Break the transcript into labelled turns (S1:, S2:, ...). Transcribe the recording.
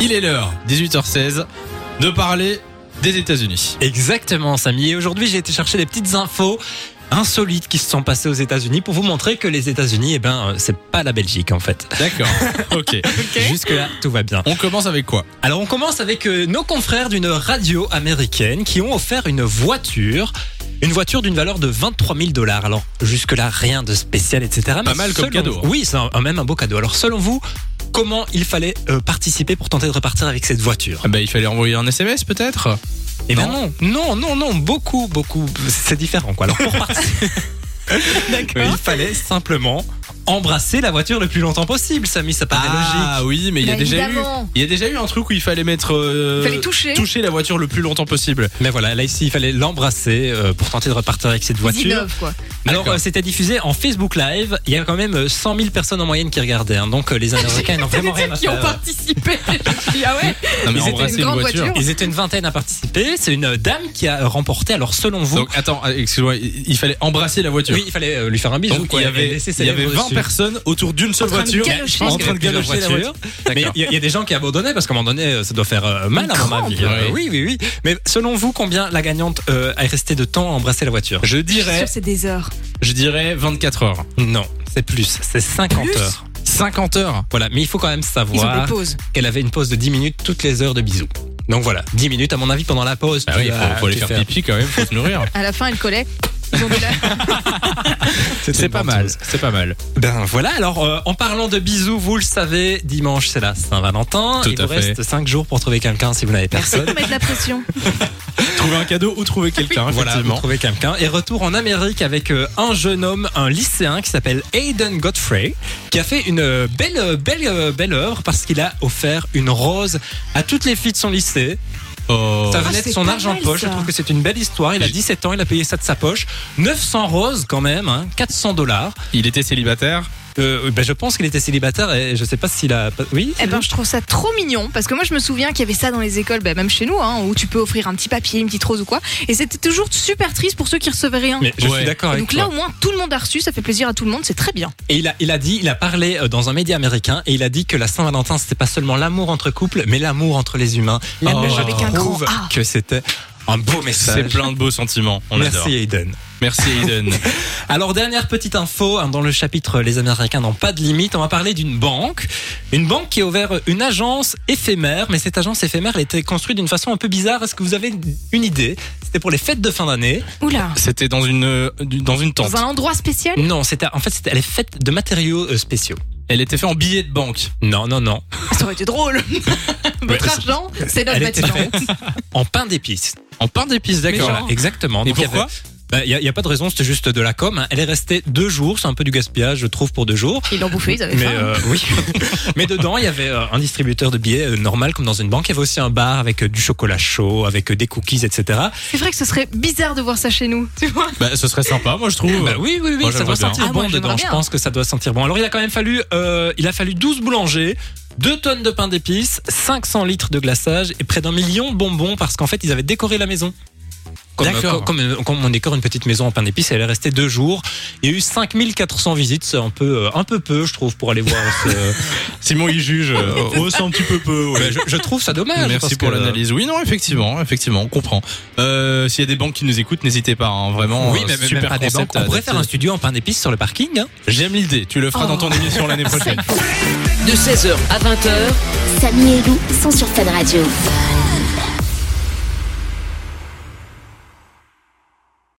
S1: Il est l'heure, 18h16, de parler des États-Unis.
S2: Exactement, Samy. Et aujourd'hui, j'ai été chercher des petites infos insolites qui se sont passées aux États-Unis pour vous montrer que les États-Unis, eh ben, euh, c'est pas la Belgique en fait.
S1: D'accord. ok.
S2: Jusque là, tout va bien.
S1: On commence avec quoi
S2: Alors, on commence avec euh, nos confrères d'une radio américaine qui ont offert une voiture. Une voiture d'une valeur de 23 000 dollars. Alors, jusque-là, rien de spécial, etc.
S1: Pas mal comme
S2: selon-
S1: cadeau, hein.
S2: Oui, c'est un- un- même un beau cadeau. Alors, selon vous, comment il fallait euh, participer pour tenter de repartir avec cette voiture
S1: Ah bah, il fallait envoyer un SMS peut-être
S2: Eh ben non, non, non, non, beaucoup, beaucoup. C'est différent, quoi. Alors, pour participer, Euh, il fallait simplement embrasser la voiture le plus longtemps possible, Samy, ça paraît Bah, logique.
S1: Ah oui, mais il y a
S3: Bah,
S1: déjà eu
S3: évidemment.
S1: il y a déjà eu un truc où il fallait mettre euh,
S3: Fallait toucher.
S1: toucher la voiture le plus longtemps possible.
S2: Mais voilà, là ici, il fallait l'embrasser euh, pour tenter de repartir avec cette
S3: Ils
S2: voiture.
S3: innovent, quoi.
S2: Alors,
S1: D'accord.
S2: euh, c'était diffusé en Facebook Live. Il y a quand même euh, 100 000 personnes en moyenne qui regardaient. hein. Donc, euh, les Américains ils n'ont
S3: C'est
S2: vraiment
S3: des
S2: rien
S3: types
S2: à
S3: qui ont
S2: faire.
S3: participé. J'ai dit, ah ouais
S1: Non mais
S2: Ils étaient
S1: embrasser
S3: une
S1: une,
S3: grande
S1: voiture.
S3: voiture.
S2: Ils étaient une vingtaine à participer. C'est une euh, dame qui a remporté. Alors, selon vous,
S1: Donc attends, euh, excuse-moi, il il fallait embrasser la voiture.
S2: oui, il fallait euh, lui faire un bisou.
S1: Donc
S2: quoi,
S1: il y
S2: et
S1: avait,
S2: laisser ses
S1: il y avait
S2: lèvres
S1: 20
S2: dessus.
S1: personnes autour d'une seule
S3: En train de
S1: voiture
S3: galocher.
S1: en train de galocher la voiture.
S2: Mais
S1: D'accord.
S2: il y, a- il y a des gens qui abandonnaient parce qu'à un moment donné, euh, ça doit faire euh, mal à mon avis.
S1: crampe.
S2: Euh, oui, oui, oui. Mais selon vous, combien la gagnante euh, est restée de temps à embrasser la voiture
S1: Je
S3: Je suis
S1: dirais
S3: sûre, c'est des heures.
S1: je dirais 24 heures.
S2: Non, c'est plus, c'est 50
S3: Plus
S2: heures.
S1: 50 heures.
S2: Voilà, mais il faut quand même
S3: Ils ont
S2: savoir
S3: des pauses.
S2: qu'elle avait une pause de 10 minutes toutes les heures de bisous. Donc voilà, 10 minutes à mon avis pendant la pause.
S1: Bah
S2: tu
S1: oui, faut,
S2: vas-
S1: faut aller
S2: tu
S1: faire
S2: fais-
S1: pipi quand même, faut se nourrir.
S3: À la fin, elle collait. Ils ont dit là,
S1: C'est pas mal, c'est pas mal.
S2: Ben voilà, alors euh, en parlant de bisous, vous le savez, dimanche c'est la Saint-Valentin.
S1: Tout
S2: Il
S1: à
S2: vous
S1: fait.
S2: reste 5 jours pour trouver quelqu'un si vous n'avez
S3: Merci
S2: personne.
S3: Ah, de mettre la pression.
S1: Trouver un cadeau ou trouver quelqu'un,
S2: Voilà, vous
S1: effectivement.
S2: trouvez quelqu'un. Et retour en Amérique avec euh, un jeune homme, un lycéen qui s'appelle Aiden Godfrey, qui a fait une euh, belle, euh, belle, euh, belle œuvre parce qu'il a offert une rose à toutes les filles de son lycée.
S1: Oh.
S2: Ça
S3: Ah,
S2: venait de
S3: c'est
S2: son
S3: pas
S2: argent de
S3: mal,
S2: poche.
S3: ça.
S2: Je trouve que c'est une belle histoire. Il a 17 ans, il a payé ça de sa poche. 900 roses quand même, hein, 400 dollars.
S1: Il était célibataire.
S2: Euh, ben, je pense qu'il était célibataire et je sais pas s'il a. Oui.
S3: Eh ben, je trouve ça trop mignon parce que moi, je me souviens qu'il y avait ça dans les écoles, bah, même chez nous, hein, où tu peux offrir un petit papier, une petite rose ou quoi. Et c'était toujours super triste pour ceux qui recevaient rien.
S2: Mais je
S1: Ouais.
S2: suis d'accord
S3: Et
S2: avec
S3: donc
S2: toi.
S3: là, au moins, tout le monde a reçu, ça fait plaisir à tout le monde, c'est très bien.
S2: Et il a, il a dit, il a parlé euh, dans un média américain et il a dit que la Saint-Valentin, c'était pas seulement l'amour entre couples, mais l'amour entre les humains. Oh,
S3: L'amour
S2: je
S3: avec un grand
S2: trouve
S3: A.
S2: que c'était un beau
S1: C'est
S2: message.
S1: plein de beaux sentiments. On
S2: Merci
S1: adore.
S2: Aiden.
S1: Merci Aiden.
S2: Alors dernière petite info hein, dans le chapitre les Américains n'ont pas de limite. On va parler d'une banque, une banque qui a ouvert une agence éphémère, mais cette agence éphémère elle était construite d'une façon un peu bizarre. Est-ce que vous avez une idée C'était pour les fêtes de fin d'année.
S3: Oula.
S1: C'était dans une euh, du- dans une tente.
S3: Dans un endroit spécial
S2: Non, c'était en fait c'était les fêtes de matériaux euh, spéciaux.
S1: Elle était faite en billets de banque.
S2: Non, non, non.
S3: Ça aurait été drôle. Votre
S2: Ouais.
S3: argent, c'est notre
S2: Elle était
S3: bâtiment.
S2: En pain d'épices.
S1: En pain d'épices, d'accord.
S3: Mais
S2: Voilà,
S3: genre.
S2: exactement.
S1: Et
S2: Donc, il y
S1: pourquoi
S2: avait- Bah, Il n'y a, pas de raison, c'était juste de la com. hein. Elle est restée deux jours, c'est un peu du gaspillage, je trouve, pour deux jours.
S3: Ils l'ont bouffé, ils avaient
S2: Mais
S3: faim.
S2: euh, oui. Mais dedans, il y avait euh, un distributeur de billets euh, normal comme dans une banque. Il y avait aussi un bar avec euh, du chocolat chaud, avec euh, des cookies, etc.
S3: C'est vrai que ce serait bizarre de voir ça chez nous, tu vois.
S1: Bah, ce serait sympa, moi je trouve.
S2: Bah oui, oui, oui,
S1: Moi,
S2: ça
S1: j'aimerais
S2: doit
S1: bien.
S2: sentir bon
S3: Ah, moi, j'aimerais
S2: dedans. Je
S3: bien.
S2: pense que ça doit sentir bon. Alors, il a quand même fallu, euh, il a fallu 12 boulangers, 2 tonnes de pain d'épices, 500 litres de glaçage et près d'un million de bonbons parce qu'en fait, ils avaient décoré la maison. Comme,
S1: D'accord.
S2: euh, comme, comme- comme on décore une petite maison en pain d'épices, elle est restée deux jours. Il y a eu 5400 visites, c'est un peu, euh, un peu peu, je trouve, pour aller voir. ce-
S1: Simon il juge. euh, oh, c'est un petit peu peu. ouais.
S2: Mais je, je trouve ça dommage. parce
S1: Merci pour
S2: que- euh,
S1: l'analyse. Oui, non, effectivement, effectivement, on comprend. Euh, S'il y a des banques qui nous écoutent, n'hésitez pas. hein, vraiment,
S2: Oui,
S1: euh,
S2: mais même
S1: super
S2: pas des
S1: concept.
S2: banques. On
S1: à
S2: pourrait faire un
S1: adapter.
S2: studio en pain d'épices sur le parking. hein.
S1: J'aime l'idée. Tu le feras dans
S3: Oh.
S1: ton émission l'année prochaine.
S4: de 16h à 20h,
S5: Samy et Lou sont sur Fun Radio.